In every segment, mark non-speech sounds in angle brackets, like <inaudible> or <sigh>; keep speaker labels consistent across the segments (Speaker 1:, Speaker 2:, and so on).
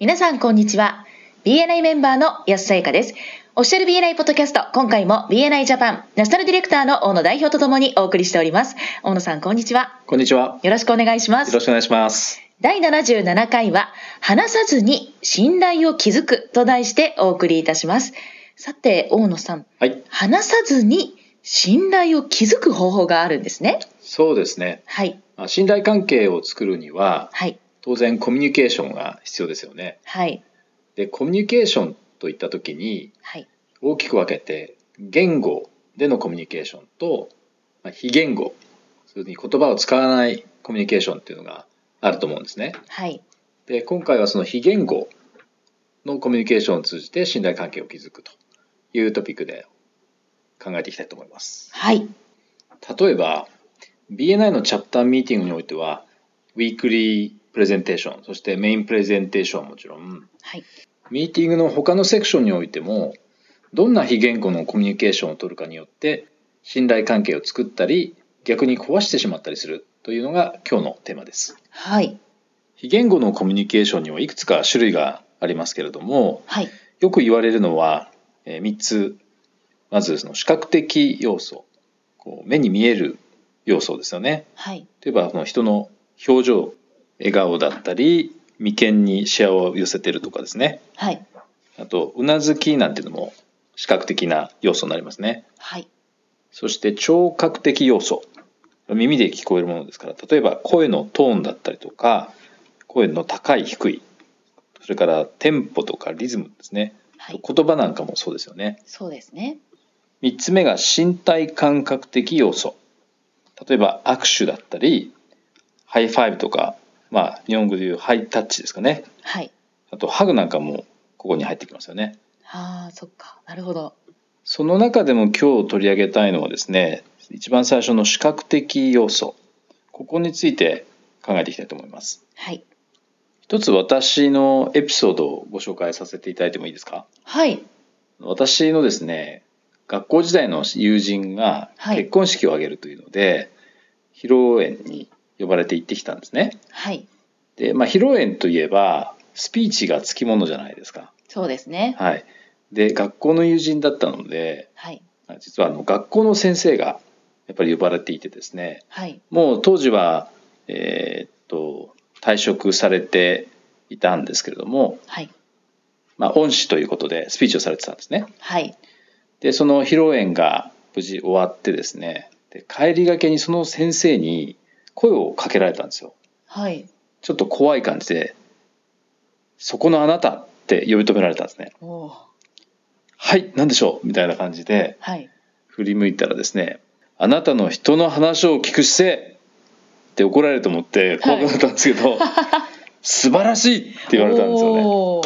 Speaker 1: 皆さん、こんにちは。BNI メンバーの安さゆかです。オフィシャル BNI ポッドキャスト、今回も BNI ジャパン、ナショナルディレクターの大野代表とともにお送りしております。大野さん、こんにちは。
Speaker 2: こんにちは。
Speaker 1: よろしくお願いしま
Speaker 2: よ
Speaker 1: す
Speaker 2: ろ。しくお願いします。
Speaker 1: 第77回は、話さずに信頼を築くと題してお送りいたします。さて、大野さん、
Speaker 2: はい。
Speaker 1: 話さずに信頼を築く方法があるんですね。
Speaker 2: そうですね。
Speaker 1: はい、
Speaker 2: まあ信頼関係を作るには、
Speaker 1: はい、
Speaker 2: 当然コミュニケーションが必要ですよね。
Speaker 1: はい、
Speaker 2: で、コミュニケーションといったときに、
Speaker 1: はい、
Speaker 2: 大きく分けて、言語でのコミュニケーションと、まあ非言語、それに言葉を使わないコミュニケーションっていうのがあると思うんですね。
Speaker 1: はい、
Speaker 2: で、今回はその非言語のコミュニケーションを通じて信頼関係を築くというトピックで考えていきたいと思います。
Speaker 1: はい、
Speaker 2: 例えば BNI のチャプターミーティングにおいてはウィークリープレゼンテーションそしてメインプレゼンテーションはもちろん
Speaker 1: はい、
Speaker 2: ミーティングの他のセクションにおいてもどんな非言語のコミュニケーションを取るかによって信頼関係を作ったり逆に壊してしまったりするというのが今日のテーマです
Speaker 1: はい、
Speaker 2: 非言語のコミュニケーションにはいくつか種類がありますけれども
Speaker 1: はい、
Speaker 2: よく言われるのは3つまずその視覚的要素こう目に見える要素ですよね
Speaker 1: はい、
Speaker 2: 例えばその人の表情笑顔だったり眉間にシワを寄せてるとかですね
Speaker 1: はい、
Speaker 2: あとうなずきなんていうのも視覚的な要素になりますね
Speaker 1: はい、
Speaker 2: そして聴覚的要素耳で聞こえるものですから例えば声のトーンだったりとか声の高い低いそれからテンポとかリズムですね
Speaker 1: はい、
Speaker 2: 言葉なんかもそうですよね
Speaker 1: そうですね。
Speaker 2: 3つ目が身体感覚的要素例えば握手だったりハイファイブとか、まあ、日本語でいうハイタッチですかね
Speaker 1: はい。
Speaker 2: あとハグなんかもここに入ってきますよね
Speaker 1: ああ、そっか。なるほど。
Speaker 2: その中でも今日取り上げたいのはですね一番最初の視覚的要素ここについて考えていきたいと思います
Speaker 1: はい。
Speaker 2: 一つ私のエピソードをご紹介させていただいてもいいですか
Speaker 1: はい。
Speaker 2: 私のですね学校時代の友人が
Speaker 1: はい
Speaker 2: 結婚式を挙げるというので、披露宴に呼ばれて行ってきたんですね
Speaker 1: はい。
Speaker 2: で、まあ、披露宴といえばスピーチがつきものじゃないですか
Speaker 1: そうですね。
Speaker 2: はいで学校の友人だったので
Speaker 1: はい。
Speaker 2: 実はあの学校の先生がやっぱり呼ばれていてですね
Speaker 1: はい。
Speaker 2: もう当時はえーっと退職されていたんですけれども、
Speaker 1: はい。
Speaker 2: まあ、恩師ということでスピーチをされてたんですね
Speaker 1: はい。
Speaker 2: でその披露宴が無事終わってですねで帰りがけにその先生に声をかけられたんですよ
Speaker 1: はい。
Speaker 2: ちょっと怖い感じで「そこのあなた」って呼び止められたんですね
Speaker 1: おお。
Speaker 2: 「はい何でしょう?」みたいな感じで
Speaker 1: はい。
Speaker 2: 振り向いたらですね「あなたの人の話を聞く姿勢!」って怒られると思って怖くなったんですけど「素晴らしい!」って言われたんですよね。
Speaker 1: おお。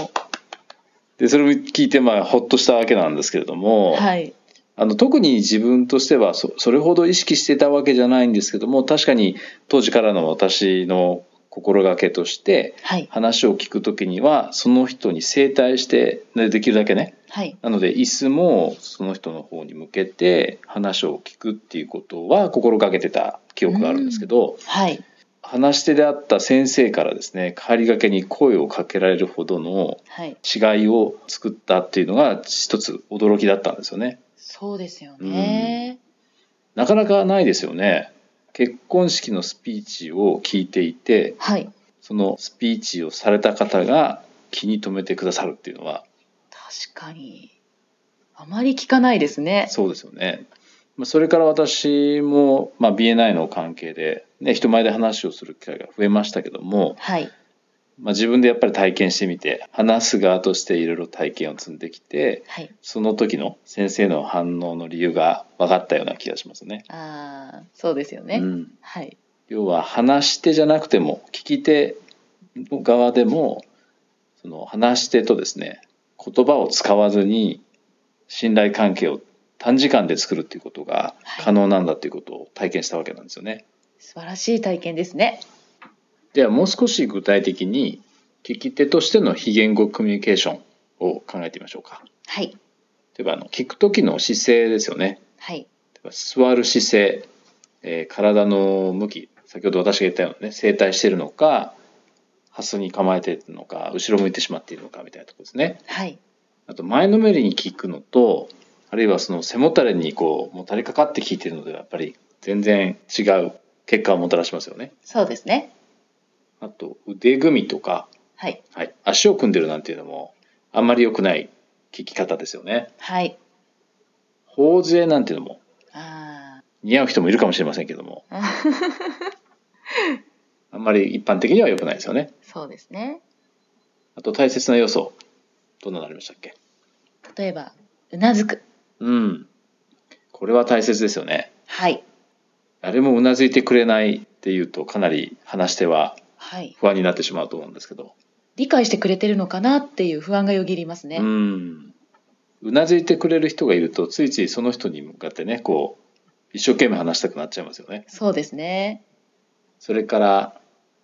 Speaker 2: でそれも聞いてまあほっとしたわけなんですけれども、
Speaker 1: はい。
Speaker 2: あの特に自分としてはそそれほど意識してたわけじゃないんですけども確かに当時からの私の心がけとして
Speaker 1: はい。
Speaker 2: 話を聞く時にはその人に正対してでできるだけね
Speaker 1: はい。
Speaker 2: なので椅子もその人の方に向けて話を聞くっていうことは心がけてた記憶があるんですけど、
Speaker 1: はい。
Speaker 2: 話し手であった先生からですね帰りがけに声をかけられるほどの
Speaker 1: はい。
Speaker 2: 違いを作ったっていうのが一つ驚きだったんですよね。
Speaker 1: そうですよね。
Speaker 2: なかなかないですよね。結婚式のスピーチを聞いていて、
Speaker 1: はい。
Speaker 2: そのスピーチをされた方が気に留めてくださるっていうのは、
Speaker 1: 確かに。あまり聞かないですね。
Speaker 2: そうですよね。まあそれから私も、まあ、BNI の関係で、ね、人前で話をする機会が増えましたけども、
Speaker 1: はい。
Speaker 2: まあ、自分でやっぱり体験してみて話す側としていろいろ体験を積んできて
Speaker 1: はい。
Speaker 2: その時の先生の反応の理由が分かったような気がしますね。
Speaker 1: ああ、そうですよね。
Speaker 2: うん
Speaker 1: はい。
Speaker 2: 要は話し手じゃなくても聞き手側でもその話し手とですね言葉を使わずに信頼関係を短時間で作るっていうことが
Speaker 1: はい
Speaker 2: 可能なんだっていうことを体験したわけなんですよね。
Speaker 1: 素晴らしい体験ですね。
Speaker 2: ではもう少し具体的に聞き手としての非言語コミュニケーションを考えてみましょうか。
Speaker 1: はい。
Speaker 2: 例えばあの聞く時の姿勢ですよね。
Speaker 1: はい。
Speaker 2: 例えば座る姿勢、えー体の向き先ほど私が言ったようなね正対しているのか蓮に構えているのか後ろ向いてしまっているのかみたいなところですね。
Speaker 1: はい。
Speaker 2: あと前のめりに聞くのとあるいはその背もたれにこうもたれかかって聞いてるのではやっぱり全然違う結果をもたらしますよね。
Speaker 1: そうですね。
Speaker 2: あと腕組みとか、
Speaker 1: はい。
Speaker 2: はい、足を組んでるなんていうのもあんまり良くない聞き方ですよね。
Speaker 1: はい。
Speaker 2: 頬杖なんていうのも
Speaker 1: あ
Speaker 2: 似合う人もいるかもしれませんけども
Speaker 1: あ。
Speaker 2: あんまり一般的には良くないですよね。
Speaker 1: そうですね。
Speaker 2: あと大切な要素どんなのありましたっけ
Speaker 1: 例えば、うなずく。
Speaker 2: うんこれは大切ですよね。
Speaker 1: はい。
Speaker 2: 誰もうなずいてくれないっていうとかなり話し手は
Speaker 1: はい。
Speaker 2: 不安になってしまうと思うんですけど、
Speaker 1: 理解してくれてるのかなっていう不安がよぎりますね。
Speaker 2: うんうなずいてくれる人がいるとついついその人に向かってねこう一生懸命話したくなっちゃいますよね。
Speaker 1: そうですね。
Speaker 2: それから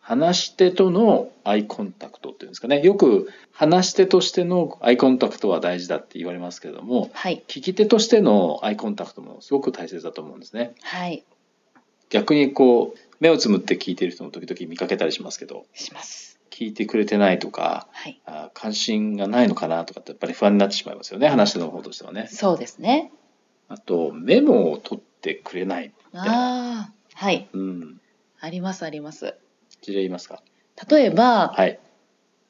Speaker 2: 話し手とのアイコンタクトっていうんですかねよく話し手としてのアイコンタクトは大事だって言われますけれども
Speaker 1: はい。
Speaker 2: 聞き手としてのアイコンタクトもすごく大切だと思うんですね。
Speaker 1: はい。
Speaker 2: 逆にこう目をつむって聞いてる人も時々見かけたりしますけど
Speaker 1: します。
Speaker 2: 聞いてくれてないとか
Speaker 1: はい。
Speaker 2: あー関心がないのかなとかってやっぱり不安になってしまいますよね話し手の方としてはね。
Speaker 1: そうですね。
Speaker 2: あとメモを取ってくれない、
Speaker 1: ああ。はい。
Speaker 2: うん、
Speaker 1: ありますあります。
Speaker 2: 事例言いますか
Speaker 1: 例えば、
Speaker 2: はい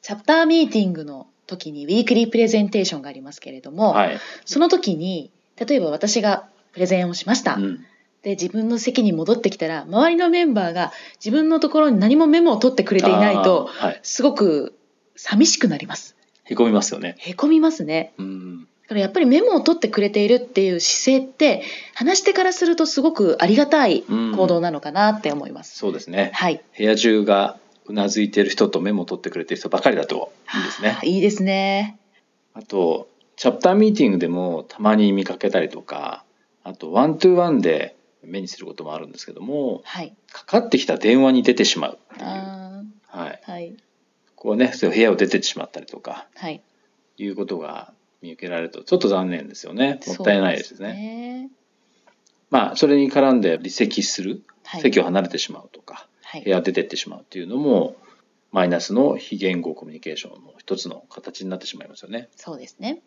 Speaker 1: チャプターミーティングの時にウィークリープレゼンテーションがありますけれども、
Speaker 2: はい、
Speaker 1: その時に例えば私がプレゼンをしました、
Speaker 2: うん
Speaker 1: で自分の席に戻ってきたら周りのメンバーが自分のところに何もメモを取ってくれていないと
Speaker 2: あーはい、
Speaker 1: すごく寂しくなります
Speaker 2: へこみますよね。
Speaker 1: へこみますね
Speaker 2: うん
Speaker 1: だからやっぱりメモを取ってくれているっていう姿勢って話してからするとすごくありがたい
Speaker 2: うん
Speaker 1: 行動なのかなって思います、
Speaker 2: そうですね
Speaker 1: はい
Speaker 2: 部屋中がうなずいてる人とメモを取ってくれてる人ばかりだといいですね
Speaker 1: あー。いいですね
Speaker 2: あとチャプターミーティングでもたまに見かけたりとかあとワントゥーワンで目にすることもあるんですけども
Speaker 1: はい
Speaker 2: かかってきた電話に出てしまうっていう、
Speaker 1: あ
Speaker 2: はい、
Speaker 1: ーはい
Speaker 2: こうねそう部屋を出てしまったりとか
Speaker 1: はい
Speaker 2: いうことが見受けられるとちょっと残念ですよねもったいないですね
Speaker 1: そうね
Speaker 2: まあそれに絡んで離席する、
Speaker 1: はい
Speaker 2: 席を離れてしまうとか
Speaker 1: は
Speaker 2: 部
Speaker 1: い
Speaker 2: 屋出てってしまうっていうのもマイナスの非言語コミュニケーションの一つの形になってしまいますよね。
Speaker 1: そうですね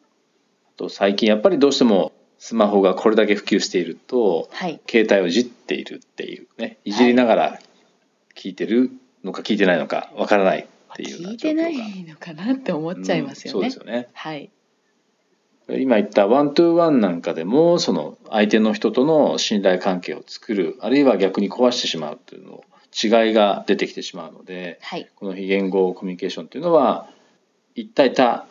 Speaker 2: と最近やっぱりどうしてもスマホがこれだけ普及していると
Speaker 1: はい
Speaker 2: 携帯をいじっているっていうねいじりながら聞いてるのか聞いてないのかわからないっていうよう
Speaker 1: 聞
Speaker 2: ない状
Speaker 1: て
Speaker 2: 況が
Speaker 1: ないのかなって思っちゃいますよ
Speaker 2: うん
Speaker 1: ね。
Speaker 2: そうですよね
Speaker 1: はい。
Speaker 2: 今言ったワントゥーワンなんかでもその相手の人との信頼関係を作るあるいは逆に壊してしまうっていうの違いが出てきてしまうので
Speaker 1: はい。
Speaker 2: この非言語コミュニケーションっていうのは一体他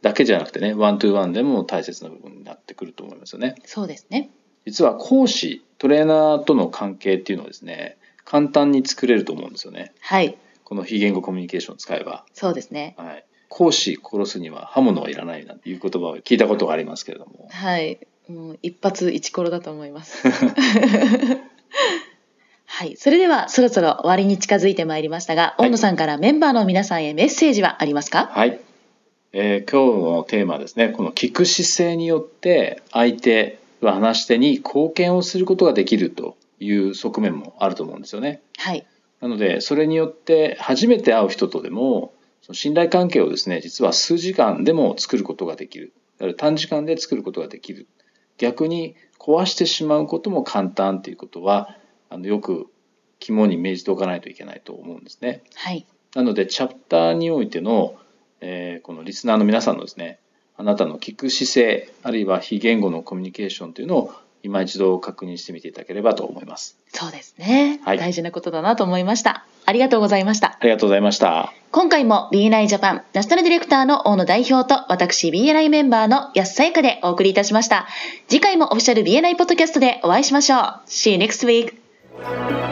Speaker 2: だけじゃなくてねワントゥーワンでも大切な部分になってくると思いますよね。
Speaker 1: そうですね。
Speaker 2: 実は講師トレーナーとの関係っていうのはですね簡単に作れると思うんですよね
Speaker 1: はい。
Speaker 2: この非言語コミュニケーションを使えば、
Speaker 1: そうですね。
Speaker 2: はい、講師殺すには刃物はいらないなんていう言葉を聞いたことがありますけれども
Speaker 1: はい。もう一発一コロだと思い
Speaker 2: <laughs>
Speaker 1: ます。はい。それではそろそろ終わりに近づいてまいりましたが、
Speaker 2: はい
Speaker 1: 大野さんからメンバーの皆さんへメッセージはありますか
Speaker 2: はい、えー今日のテーマはですねこの聞く姿勢によって相手は話し手に貢献をすることができるという側面もあると思うんですよね
Speaker 1: はい。
Speaker 2: なのでそれによって初めて会う人とでもその信頼関係をですね実は数時間でも作ることができるだから短時間で作ることができる逆に壊してしまうことも簡単ということはあのよく肝に銘じておかないといけないと思うんですね。
Speaker 1: はい。
Speaker 2: なのでチャプターにおいての、えーこのリスナーの皆さんのですねあなたの聞く姿勢あるいは非言語のコミュニケーションというのを今一度確認してみていただければと思います。
Speaker 1: そうですね。
Speaker 2: はい
Speaker 1: 大事なことだなと思いました。ありがとうございました。
Speaker 2: ありがとうございました。
Speaker 1: 今回も BNI ジャパンナショナルディレクターの大野代表と私 BNI メンバーの安さゆかでお送りいたしました。次回もオフィシャル BNI ポッドキャストでお会いしましょう。See you next week!